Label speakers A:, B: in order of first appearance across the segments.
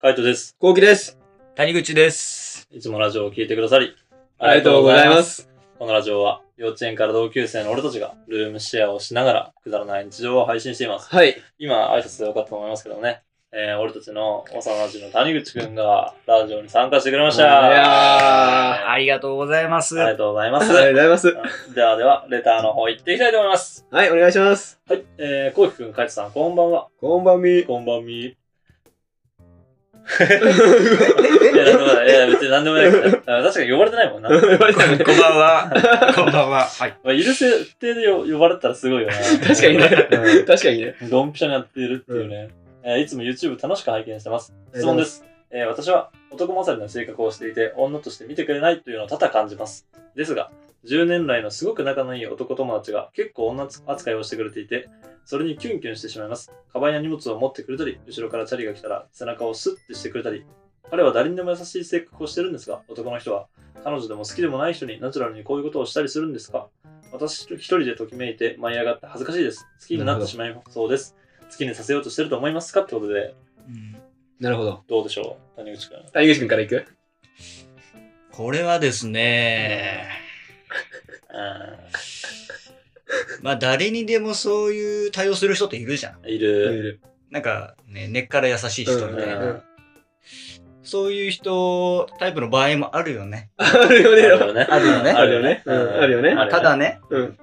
A: カイトです。
B: こうきです。
C: 谷口です。
A: いつもラジオを聞いてくださり、
B: ありがとうございま。す。
A: このラジオは、幼稚園から同級生の俺たちが、ルームシェアをしながら、くだらない日常を配信しています。
B: はい。
A: 今、挨拶でよかったと思いますけどね、えー、俺たちの幼馴染の谷口くんが、ラジオに参加してくれました。
B: いや
A: あ
C: ありがとうございます。
A: りがとうございま
B: あり
A: す
B: が。とうございます。
A: ではでは、レターの方行っていきたいと思います。
B: はい、お願いします。
A: はい、えー、こうきくん、カイトさん、こんばんは。
B: こんばんみ。
A: こんばんみ。いや、なんでもない。いや、別に何でもないけどね。あ確かに呼ばれてないもんな。
B: ばれ
C: こんばんは。こんばんは。はい。
A: まあ、いる設定で呼呼ばれたらすごいよね。
B: 確かにね。確かにね。
A: うんドンピシャになっているっていうね。えーいつも YouTube 楽しく拝見してます。質問です。えー私は男勝りの性格をしていて、女として見てくれないというのを多々感じます。ですが、10年来のすごく仲のいい男友達が結構女扱いをしてくれていて、それにキュンキュンしてしまいます。カバンや荷物を持ってくれたり、後ろからチャリが来たら背中をスッてしてくれたり、彼は誰にでも優しい性格をしてるんですが、男の人は彼女でも好きでもない人にナチュラルにこういうことをしたりするんですか私一人でときめいて舞い上がって恥ずかしいです。好きになってしまいそうです。好きにさせようとしてると思いますかってことで、
C: うん
B: なるほど。
A: どうでしょう谷口くん。
B: 谷口くんからいく
C: これはですね、
A: う
C: まあ誰にでもそういう対応する人っているじゃん。
A: んい
B: い
A: る。
B: る。
C: なんかね、根っから優しい人みたいな。
B: うんうん
C: そういう人、タイプの場合もあるよね。
B: あるよ
A: あ
B: ね。
A: ね。
C: あるよね
B: あるよねうんあるよね
C: ただ。ね、
B: うん。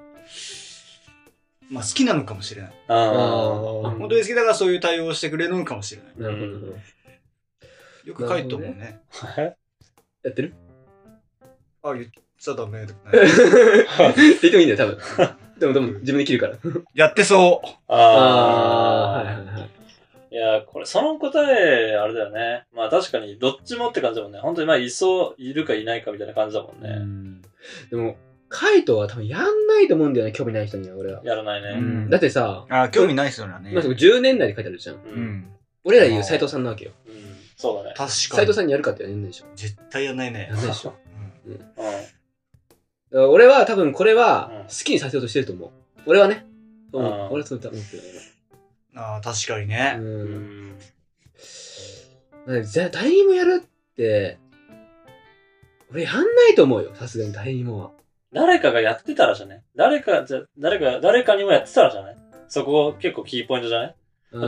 C: まあ好きなのかもしれない。
A: あるう
B: あ
A: ん
B: ー
C: 本当に好きだからそういう対応をしてくれるのかもしれない。
B: なるほど。
C: よく書いてもんね。
B: やってる
C: あ、言っちゃダメだね。
B: って言ってもいいんだよ、多分。でも、でも、自分で切るから。
C: やってそう。
B: あーはい
A: あ
B: はいはい。
A: ー。いや、これ、その答え、あれだよね。まあ確かに、どっちもって感じだもんね。本当に、まあ、いそう、いるかいないかみたいな感じだもんね。
B: でも、カイトは多分やんないと思うんだよね、興味ない人には、俺は。
A: やらないね。
C: うん
B: だってさ、
C: あ、興味ない人だね
B: 今。そこ10年代で書いてあるじゃん。
A: う
C: う。ん。
B: 俺ら言う斎藤さんなわけよ。
A: うんそうだね。
C: 確か
B: 斎
C: に
B: 藤。さんにやるかってやんないでしょ。
C: 絶対やんないね
B: やん。ないでしょ。
A: う
B: だから俺は多分これ
A: うん
B: は好きにさせようとしてると思う。俺はね。うん
A: うん
B: 俺はそうだと思ってるよ
C: ああ、確かに
B: 今
C: ね。
A: ん。う
B: うん
A: ん。
B: だってぜ誰にもやるって、俺やんないと思うよ。さすがに誰にもは。
A: 誰かがやってたらじゃね誰か、じゃ、誰か、誰かにもやってたらじゃないそこ結構キーポイントじゃない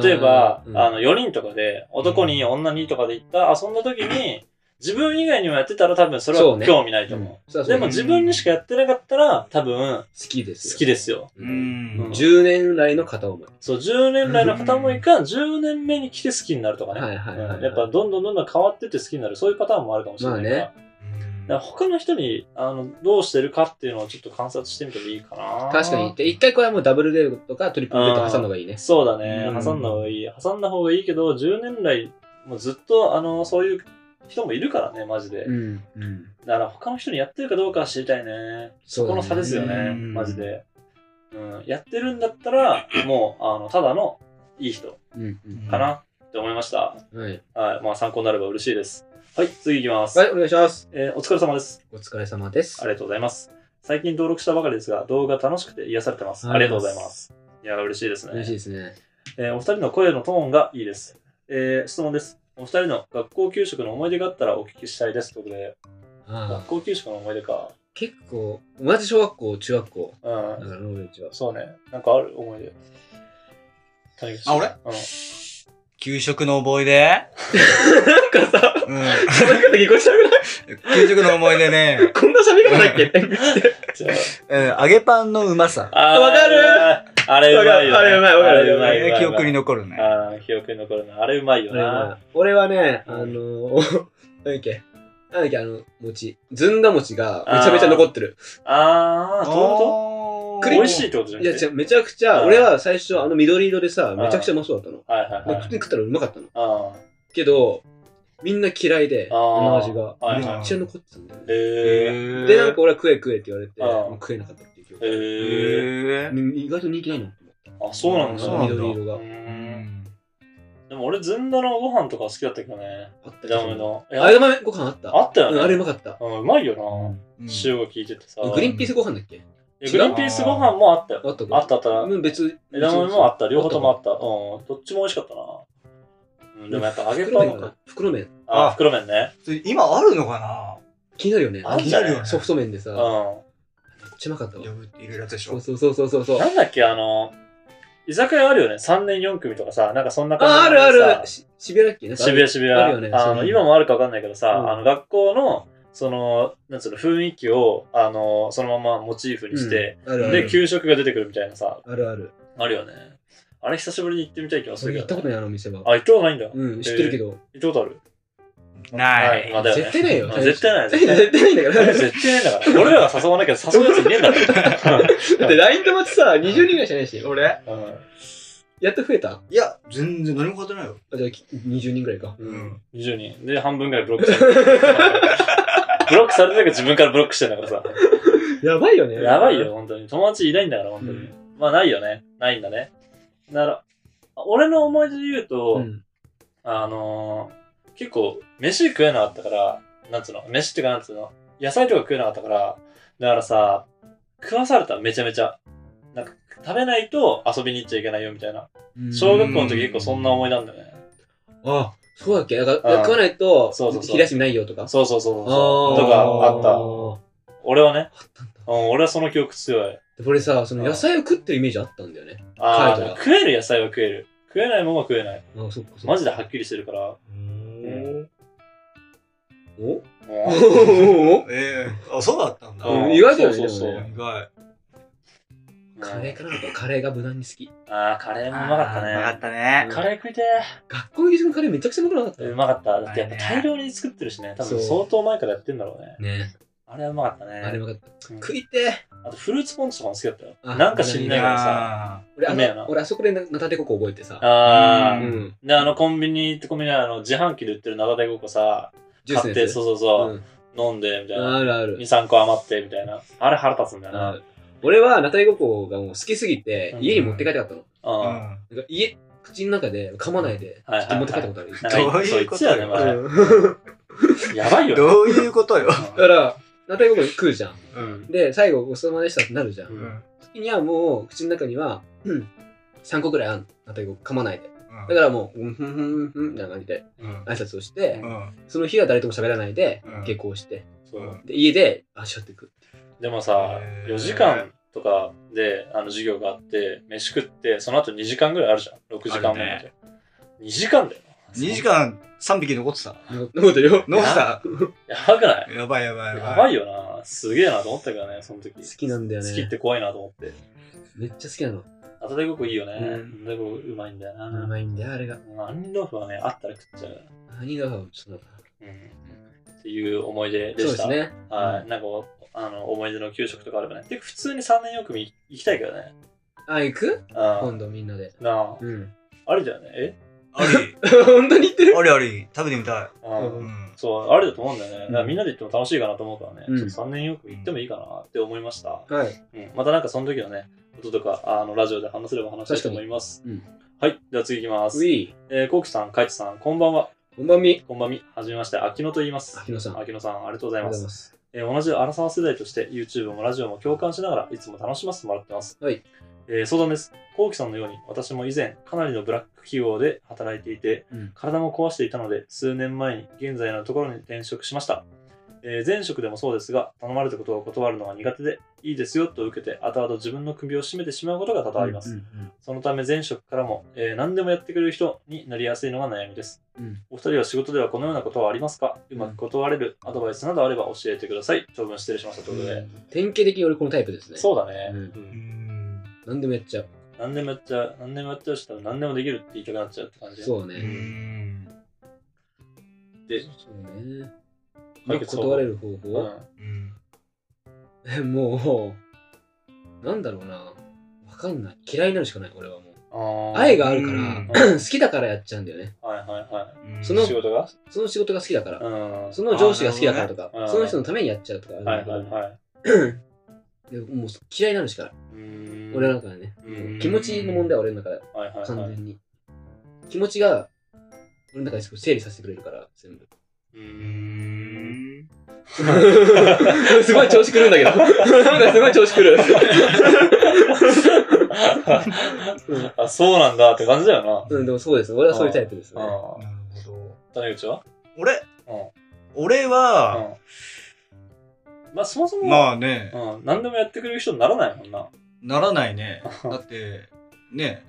A: 例えば、
B: うん
A: あの、4人とかで、男に女にとかで行った、遊んだ時に、自分以外にもやってたら多分それ
B: そう
A: は
B: ね
A: 興味ないと思う。
B: そりゃそ
A: で
B: うね
A: も
B: 好
A: 自分にしかやってなかったら、多分、
B: きですよ。
A: 好きですよ。
B: う。
C: うん
A: うん
C: ん。
B: 10年来の片思い。
A: そう、10年来の方もいかん、10年目に来て好きになるとかね。
B: はいはいはいはい
A: うんやっぱ、どんどんどんどん変わってって好きになる。そういうパターンもあるかもしれないから。
B: まあ
A: だから他の人に、あの、どうしてるかっていうのをちょっと観察してみてもいいかな。
B: 確かに。で、一回これはもうダブルデートとかトリプルデート挟むのがいいね。
A: そうだね、
C: うん
A: 挟んだ方がいい。挟んだ方がいいけど、10年来、もうずっと、あの、そういう人もいるからね、マジで。
B: うん。うん。
A: だから他の人にやってるかどうかは知りたいね。
B: そ
A: そう
B: だ
A: こ
B: ね
A: の差ですよね、
C: うん
A: マジで。うん、やってるんだったら、もう、あの、ただのいい人
B: うん。
A: かな、って思いました。
B: うん。はい。
A: はい、まあ参考になれば嬉しいです。はい、次いきます。
B: はい、お願いします。
A: えーお疲れ様です。
B: お疲れ様です
A: あ。りがとうございます。最近登録したばかりですが、動画楽しくて癒されてます。あ
B: あ
A: り
B: り
A: が
B: が
A: と
B: と
A: う
B: う
A: ご
B: ご
A: ざ
B: ざ
A: い
B: い
A: ま。
B: ます
A: いや、嬉しいですね。
B: 嬉しいですね。
A: えーお二人の声のトーンがいいです。えー質問です。お二人の学校給食の思い出があったらお聞きしたいです。ということで、
B: あ
A: 学
B: あ
A: 校給食の思い出か。
B: 結構、同じ小学校、中学校。
A: う
B: だか
A: ん。
B: ら、俺たちは。
A: そうね。なんかある思い出。谷口
C: あ俺
A: う
C: 給食の思い出
B: なんかさ、
C: うん。
B: 喋り方結構しゃべらない
C: 給食の思い出ね。
B: こんな喋り方だっけって。 わ
A: ん。じゃ
C: うん。揚げパンのうまさ。
A: あー
B: わかる
A: あれうまいよ、ね。
B: わかるあれうまいわかる
A: あれうまい。
C: えー記憶
A: 残
C: に残るね。
A: あー記憶に残るな。あれうまいよな。
B: 俺はね、あの ー、なんだっけ、なんだっけ、あの、餅。ずんだ餅がめちゃめちゃ残ってる。
A: あー、どういうこ
C: お
A: と
B: 栗
A: 美味しいってことじゃ
B: い
A: な
B: や、
A: くて
B: 違う、めちゃくちゃ、
A: うん
B: 俺は最初、あの緑色でさ、めちゃくちゃうまそうだったの。
A: はいはい
B: で
A: は
B: 普
A: い
B: 通。に食ったらうまかったの。
A: あ
B: けど、みんな嫌いで、
A: ー
B: あの味が。
A: はい
B: め
A: は
B: っ
A: い。
B: ちゃ残ってたんだよね。
A: えー。
B: で、なんか俺は食え食えって言われて、
A: うん
B: もう食えなかったっていう記憶
C: え
A: え
C: ー。
B: に意外と人気ないのって
A: ー。あ、そうなんだ。
C: そう
B: 思
C: な
B: っ
C: ん
B: た
C: だ
B: 緑色が
A: う。
C: うんん
A: でも俺、ずんだのご飯とか好きだったけどね。
B: あった
A: 枝豆の。え
B: あれ豆ご飯あった
A: あったよ
B: う
A: ね。
B: ん、あれうまかった。
A: うんうまいよな。
C: うん
A: 塩が効いててさ。
B: グリーンピースご飯だっけ
A: えグリーンピースご飯もあったよ。
B: あった
A: あったあった。
B: うん、別
A: 枝豆もあった。両方ともあ
B: っ
A: った。うん。どっちも美味しかったな。うん、でもやっぱ揚げ
B: 袋
A: パン
B: 麺か。袋麺。
A: あ、袋麺ね。
C: それ今あるのか
B: 気になるよね。
A: あんじゃない
B: ソフト麺で
A: う
B: さ、
A: ん。
B: めっちゃうまかった
C: な
B: わ
C: 呼。ぶって入れるやつでし
B: そ
C: ょ
B: う。そうそうそうそうそう。
A: なんだっけ、あの、居酒屋あるよね。3年4組とかさ、なんかそんな感じ
B: あ、あ
A: の
B: るあ
A: さ
B: る。し渋谷だっけなんか
A: 渋谷渋
B: ある
A: 谷。
B: よね
A: あ
B: そ
A: の、
B: う
A: 今もあるかわかんないけどさ、
B: うん
A: あの、学校の、その、なんつうの、雰囲気を、あの、そのままモチーフにして、
B: うんあるあ
A: で、
B: る。
A: 給食が出てくるみたいなさ、
B: あるある。
A: あるよね。あれ久しぶりに行ってみたい気がする
B: 俺
A: け
B: 行った
A: ど、
B: ことない、あのお店は。
A: あ、行ったことないんだ。行
B: うん、知ってるけど。
A: ったことある
C: な
A: まあだよね
B: 絶対ないよ
A: まあ絶対ない。絶対ない
B: 絶対ないんだから。だ
A: 絶対ないんだから。俺らが誘わなきゃ誘うやついねえんだから。
B: って、LINE 友達さ、20人ぐらいしかいないし、俺。
A: うん
B: やっと増えた
C: いや、全然何も変わってないよ。
B: あじゃあ、き20人ぐらいか。
C: うん。
A: 20人。で、半分ぐらいブロックされてる。 ブロックされてるけど自分からブロックしてんだからさ。
B: やばいよね。
A: やばいよ、。本当に。友達いないんだから、本当に。
B: うん
A: まあ、ないよね。ないんだね。なら、あ俺の思い出で言うと、
B: うん。
A: あのー結構、飯食えなかったから、なんつうの、飯っていうか、なんつうの、野菜とか食えなかったから、だからさ、食わされた、めちゃめちゃ。なんか、食べないと遊びに行っちゃいけないよ、みたいな。小学校の時結構そんな思い出なんだよね。
B: あ、そうだっけだか
A: う
B: ら、
A: ん
B: 食わないと、
A: そうそうそう
B: 昼休みないよとか。
A: そうそうそうそう
B: あ
A: そう。
B: ー
A: とか、あった。俺はね、
B: あったんだ
A: うん、俺はその記憶強い。
B: で俺さ、その
A: うん
B: 野菜を食ってるイメージあったんだよね。
A: あ
B: 海
A: あ、
B: 外
A: 食える野菜は食える。食えないものは食えない。
B: あ、そっかそっか。
A: マジではっきりしてるから。
C: うん
B: おお
A: も
B: お
C: ええ、あ、そうだったんだ。
A: う
B: お
A: ん
B: 意外だよね。
A: そうそうそう
B: でもね
C: 意外。
A: う
B: カレーかなとか、カレーが無難に好き。
A: ああ、カレーもうまかったね。
C: うまかったね。
A: カレー食いて
B: 学校の給食のカレーめちゃくちゃうまくなかった。
A: ー。うまかった。だってやっぱ
C: うまいね
A: 大量に作ってるしね。多
B: そう
A: 分相当前からやってんだろうね。
B: ね
A: あれはうまかったね。
B: あれうまかった。
A: うん
B: 食いてー
A: あとフルーツポンチとかも好きだったよ。
B: あ
A: なんか知んないけどさ。
C: あ
B: 俺あ
A: うめえよな
B: の、俺あそこでなナタデココ覚えてさ。
A: あ
B: う
A: あ。
B: ん。
A: で、あのコンビニってコンビニのあの自販機で売ってる長田ごっこさ、
B: ジュース
A: 買
B: の
A: っ
B: や
A: て、
B: つ。
A: そうそうそうう、飲んで、みたい
B: ん
A: な。
B: あるあ
A: 2、
B: る。
A: 3個余って、みたいな。あれ腹立つんだよ
B: あ
A: な。
B: る俺はナタデココがもう好きすぎて
A: う、ん
B: 家に持って帰りたかったの。
C: ー
A: うん。
B: なんか家、口の中で噛まないで、
A: はいはいはい
B: ちょっと持って帰ったことある。
A: なん
C: ど
A: か
C: ういう
A: そい
C: こと
A: つやね、ま あ
B: うん
A: やばいよね。
C: どういうことよ。
B: だから、ナタデココ食うじゃん。
A: うん。
B: で、最後ごちそうさまでしたってなるじゃん。
A: うん
B: 時にはもう口の中には、うん、3個くらいあんあたりを噛まないで。
C: だ
B: だからもう、うんふんふんふんみたいな感じで
A: うん。
B: 挨拶をして、
A: う
B: その日は誰とも喋らないで
C: うん、
B: 下校して、
A: そう。
B: で家で、あ、しょっていく。
A: でもさ、
C: へー
A: 4時間とかであの授業があって、飯食って、その後2時間ぐらいあるじゃん。6時間目ま
C: あ
A: で。2時間だよ。
C: 2時間3匹残ってた。
B: 残ってるよ。
C: 残ってた。
A: やばくない
C: やばいやばい
A: やば
C: い。
A: いよな。すげえなと思ったけどね、その時。好
B: 好きなんだよね
A: 好きって怖いなと思って。
B: めっちゃ好きなの。
A: あたたごっこいいよね。
B: う
A: あ
B: ん
A: たたごっこうまいんだよ
B: う
A: な。
B: まいんだよ、あれが。
A: 杏仁豆腐はね、あったら食っちゃう。
B: 何がちょっと
A: うん。っていう思い出で
B: そう
A: し
B: で
A: た。
B: すね。
A: はい。なんか、あの、思い出の給食とかあればね。てか普通に3年4組行きたいけどね。
B: あ、行く
A: うん。
B: 今度みんなで。
A: なあ、
B: うん。
A: あれだよね。え
C: あり。
B: 本当に言ってる
C: ありあり。食べてみたい。
A: うん
B: う
C: うんん。
A: そう、あれだと思うんだよね。
B: ん
A: だからみんなで行っても楽しいかなと思うからね。
B: うん
A: ちょっと3年よく行ってもいいかなって思いました。
B: はい。
A: うんまたなんかその時のね、こととか、あの、ラジオで話せれば話したいと思います。
B: 確か
A: はい。では次行きま
B: ウ
A: す。
B: ィー。
A: えー、コウキさん、カイチさん、こんばんは。
B: こんばんみ。
A: こんばんみ。はじめまして、秋野と言います。
B: 秋野さん。あり
A: 秋野さん、ありがとうござ
B: が
A: い
B: と
A: ま
B: うござい
A: す
B: ま。す。
A: えー同じアラサー世代として YouTube もラジオも共感しながらいつも楽しませてもらってます。
B: はい
A: えー相談です。コウキさんのように私も以前かなりのブラック企業で働いていて、
B: うん
A: 体も壊していたので数年前に現在のところに転職しました。えー前職でもそうですが頼まれたことを断るのが苦手でいいですよと受けて後々自分の首を絞めてしまうことが多々あります。
B: うんうん
A: そのため前職からも、えー何でもやってくれる人になりやすいのが悩みです。
B: うん
A: お二人は仕事ではこのようなことはありますかうまく断れるアドバイスなどあれば教えてください。長文失礼しましたということで。
B: 典型的に俺このタイプですね。
A: そうだね、
B: うん
A: うん
B: 何でもやっちゃう。
A: 何でもやっちゃう。何でもやっちゃうし、多分何でもできるって言いたくなっちゃうって感じ。う。
B: そうね。
C: ん。
A: で、
B: そうね。
A: 解
B: よ
A: 決
B: く
A: 方法
B: 断れる方
A: う
B: 法、
A: ん。
C: う ん。
B: もう、なんだろうな。わかんない。嫌いになるしかない、俺はもう。
A: あー
B: 愛があるか
C: うん
B: ら、好きだからやっちゃうんだよね。
A: はいはいは
B: そ
A: い。
B: の
A: 仕事が
B: その仕事が好きだか
A: う
B: ら、
A: ん。はい
B: その上司が好きだからとか
A: あーなるほどね、
B: その人のためにやっちゃうとかあるん
A: は
B: だ
A: い
B: けど。
A: はい。
B: でももう嫌いになるしかない。
A: うーん
B: 俺の中でね。
A: うん
B: もう気持ちの問題は俺の中で、
A: はいはい
B: 完
A: はい。
B: 全に。 気持ちが、俺の中ですごい整理させてくれるから、全部。
A: うーん。
B: ん。 すごい調子狂うんだけど。なんかすごい調 子狂う。
A: あ、そうなんだって感じだよ
B: うん、でもそうです。俺はそういうタイプです
A: な。
B: ね。
A: ああ。
C: なるほ
A: 谷口は
C: ど。俺、
A: うん
C: 俺は、
A: うん。まあ、そもそも、
C: まあね、
A: うん、何でもやってくれる人にならないもんな。
C: ならないね。だって、ね、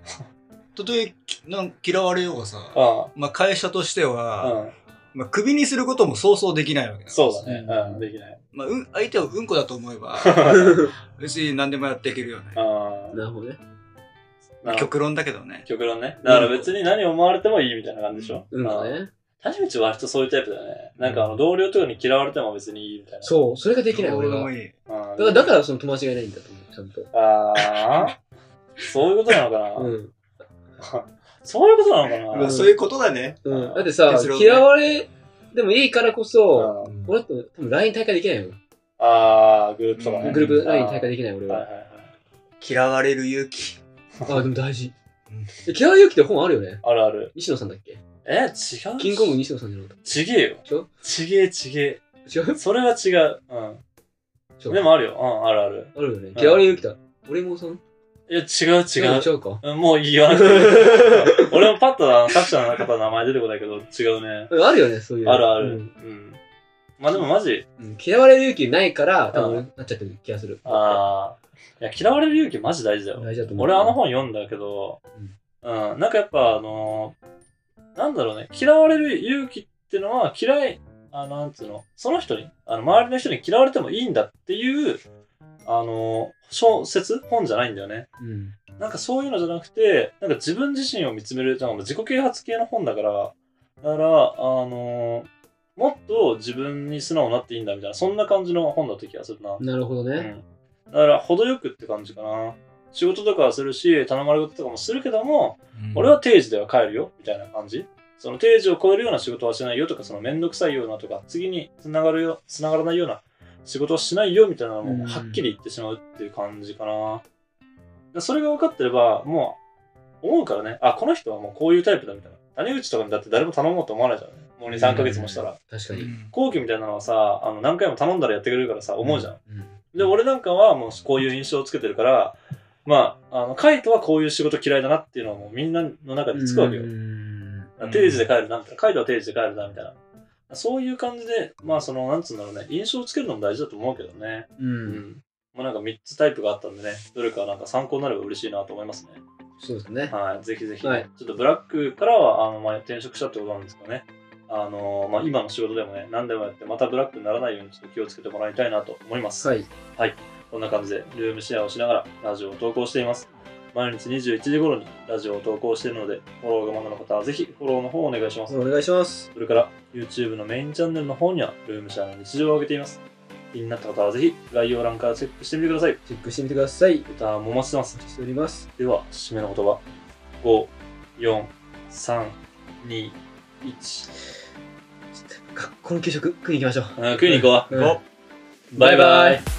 C: たとえきなん嫌われようがさ、
A: あ
C: まあ会社として
A: あ。
C: は、
A: うん。
C: まあクビにすることもそうそうできないわけだ
A: そうだね。
B: うん
A: うん、できない。
C: まあ、うん、相手をうんこだと思えば、別に何でもやっていけるよね。
A: あ
B: なるほどね。
A: あ。
C: 極論だけどね。
A: 極論ね。だから別に何思われてもいいみたいな感じでしょ。
B: うん
A: あ
B: だ
A: あ
B: ね。
A: 谷口は割とそういうタイプだよね。なんかあの同僚とかに嫌われても別にいいみたいな。
B: そう、それができない
C: どう
B: 俺
C: で
B: が。
C: も
B: だ
C: いい。
A: うん。
B: から、だからその友達がいないんだと思う、ちゃんと。
A: ああ。そういうことなのかな、
B: うん。
A: そういうことなのか
C: ま
A: な、
C: あそういうことだね。
B: うん。だってさ
C: 結論、ね
B: 嫌われ、でもいいからこそ、
A: うん
B: 俺だと多分 LINE 大会できないよ。
A: ああ、グループとかね。
B: グループ
A: あー
B: LINE 大会できない俺
A: はいは
B: は。
A: いはい。
C: 嫌われる勇気。
B: あ、でも大事
C: うん。
B: で嫌われ勇気って本あるよね。
A: あるある。
B: 西野さんだっけ
A: え、違う
B: キングコング西野さんじゃなかっ
A: ちげえよ。
B: ちょ
A: ちげえちげ
B: た違
A: え。
B: う
A: それは違う。
B: ち
A: う
B: ょ
A: ん。でもあるよ。うん、あるある。
B: あるよね。嫌われ勇気だ。俺もさん
A: いや、違う違う。
B: 違うか。
A: うんもう言わなくていい 俺もパッとあの作者の方の名前出てこないけど、違うね。
B: うんあるよね、そういう。
A: あるある。
B: う。
A: うんん。まあでもマジ、
B: うん嫌われる勇気ないから、多分なっちゃってる気がする。
A: ああ、いや、嫌われる勇気マジ大事だよ。
B: 大事だと思う。
A: 俺あの本読んだけど、うん、なんかやっぱあのーなんだろうね、嫌われる勇気ってのは嫌い、あなんつうの、その人に、あの周りの人に嫌われてもいいんだっていう、あのー小説本じゃないんだよね。
B: うん。
A: なんかそういうのじゃなくて、なんか自分自身を見つめる、なんか自己啓発系の本だから、だから、あのーもっと自分に素直になっていいんだみたいな、そんな感じの本だった気がするな。
B: なるほどね。
A: うん、だから程よくって感じかな仕事とかはするし頼まれ事とかもするけども、俺は定時では帰るよみたいな感じその定時を超えるような仕事はしないよとかその面倒くさいようなとか次につながるよつながらないような仕事はしないよみたいなの
B: うん
A: もはっきり言ってしまうっていう感じかな、それが分かってればもう思うからねあこの人はもうこういうタイプだみたいな谷口とかにだって誰も頼もうと思わないじゃんねもう23ヶ月もしたら
B: 確か
C: うん、
B: に。
A: 後期みたいなのはさあの何回も頼んだらやってくれるからさ思うじゃん
B: うん。
A: で、俺なんかはもうこういう印象をつけてるから、まあ、あの、カイトはこういう仕事嫌いだなっていうのはもうみんなの中でつくわけよ。
B: う
A: だか
B: ん
A: ら定時で帰るな、みたいな。カイトは定時で帰るな、みたいな。そういう感じで、まあその、なんつうんだろうね、印象をつけるのも大事だと思うけどね。
B: う。
A: うんん。まあなんか3つタイプがあったんでね、どれかなんか参考になれば嬉しいなと思いますね。
B: そうですね。
A: はい、ぜひぜひ。
B: はい
A: ちょっとブラックからは、あの、まあ転職したってことなんですかね。あの、まあ今の仕事でもね、何でもやって、またブラックにならないようにちょっと気をつけてもらいたいなと思います。
B: はい。
A: こんな感じでルームシェアをしながらラジオを投稿しています。毎日21時頃にラジオを投稿しているので、フォローがまだの方はぜひフォローの方をお願いします。
B: お願いします。
A: それから YouTube のメインチャンネルの方にはルームシェアの日常を上げています。気になった方はぜひ概要欄からチェックしてみてください。
B: チェックしてみてください。
A: 歌はもう待ちしてます。
B: しております。
A: では、締めの言葉。5、4、3、2、1。
B: 学校の給食食いに行きましょう。
A: あー食いに行こう。
B: うん
A: バイバイ。